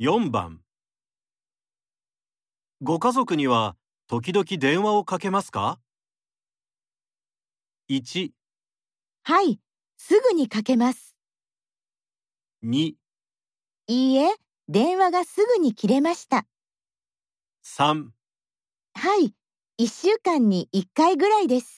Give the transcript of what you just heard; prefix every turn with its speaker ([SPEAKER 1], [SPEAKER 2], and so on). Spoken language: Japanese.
[SPEAKER 1] 4番ご家族には時々電話をかけますか ?1、
[SPEAKER 2] はい、すぐにかけます。
[SPEAKER 1] 2、
[SPEAKER 2] いいえ、電話がすぐに切れました。
[SPEAKER 1] 3
[SPEAKER 2] はい、1週間に1回ぐらいです。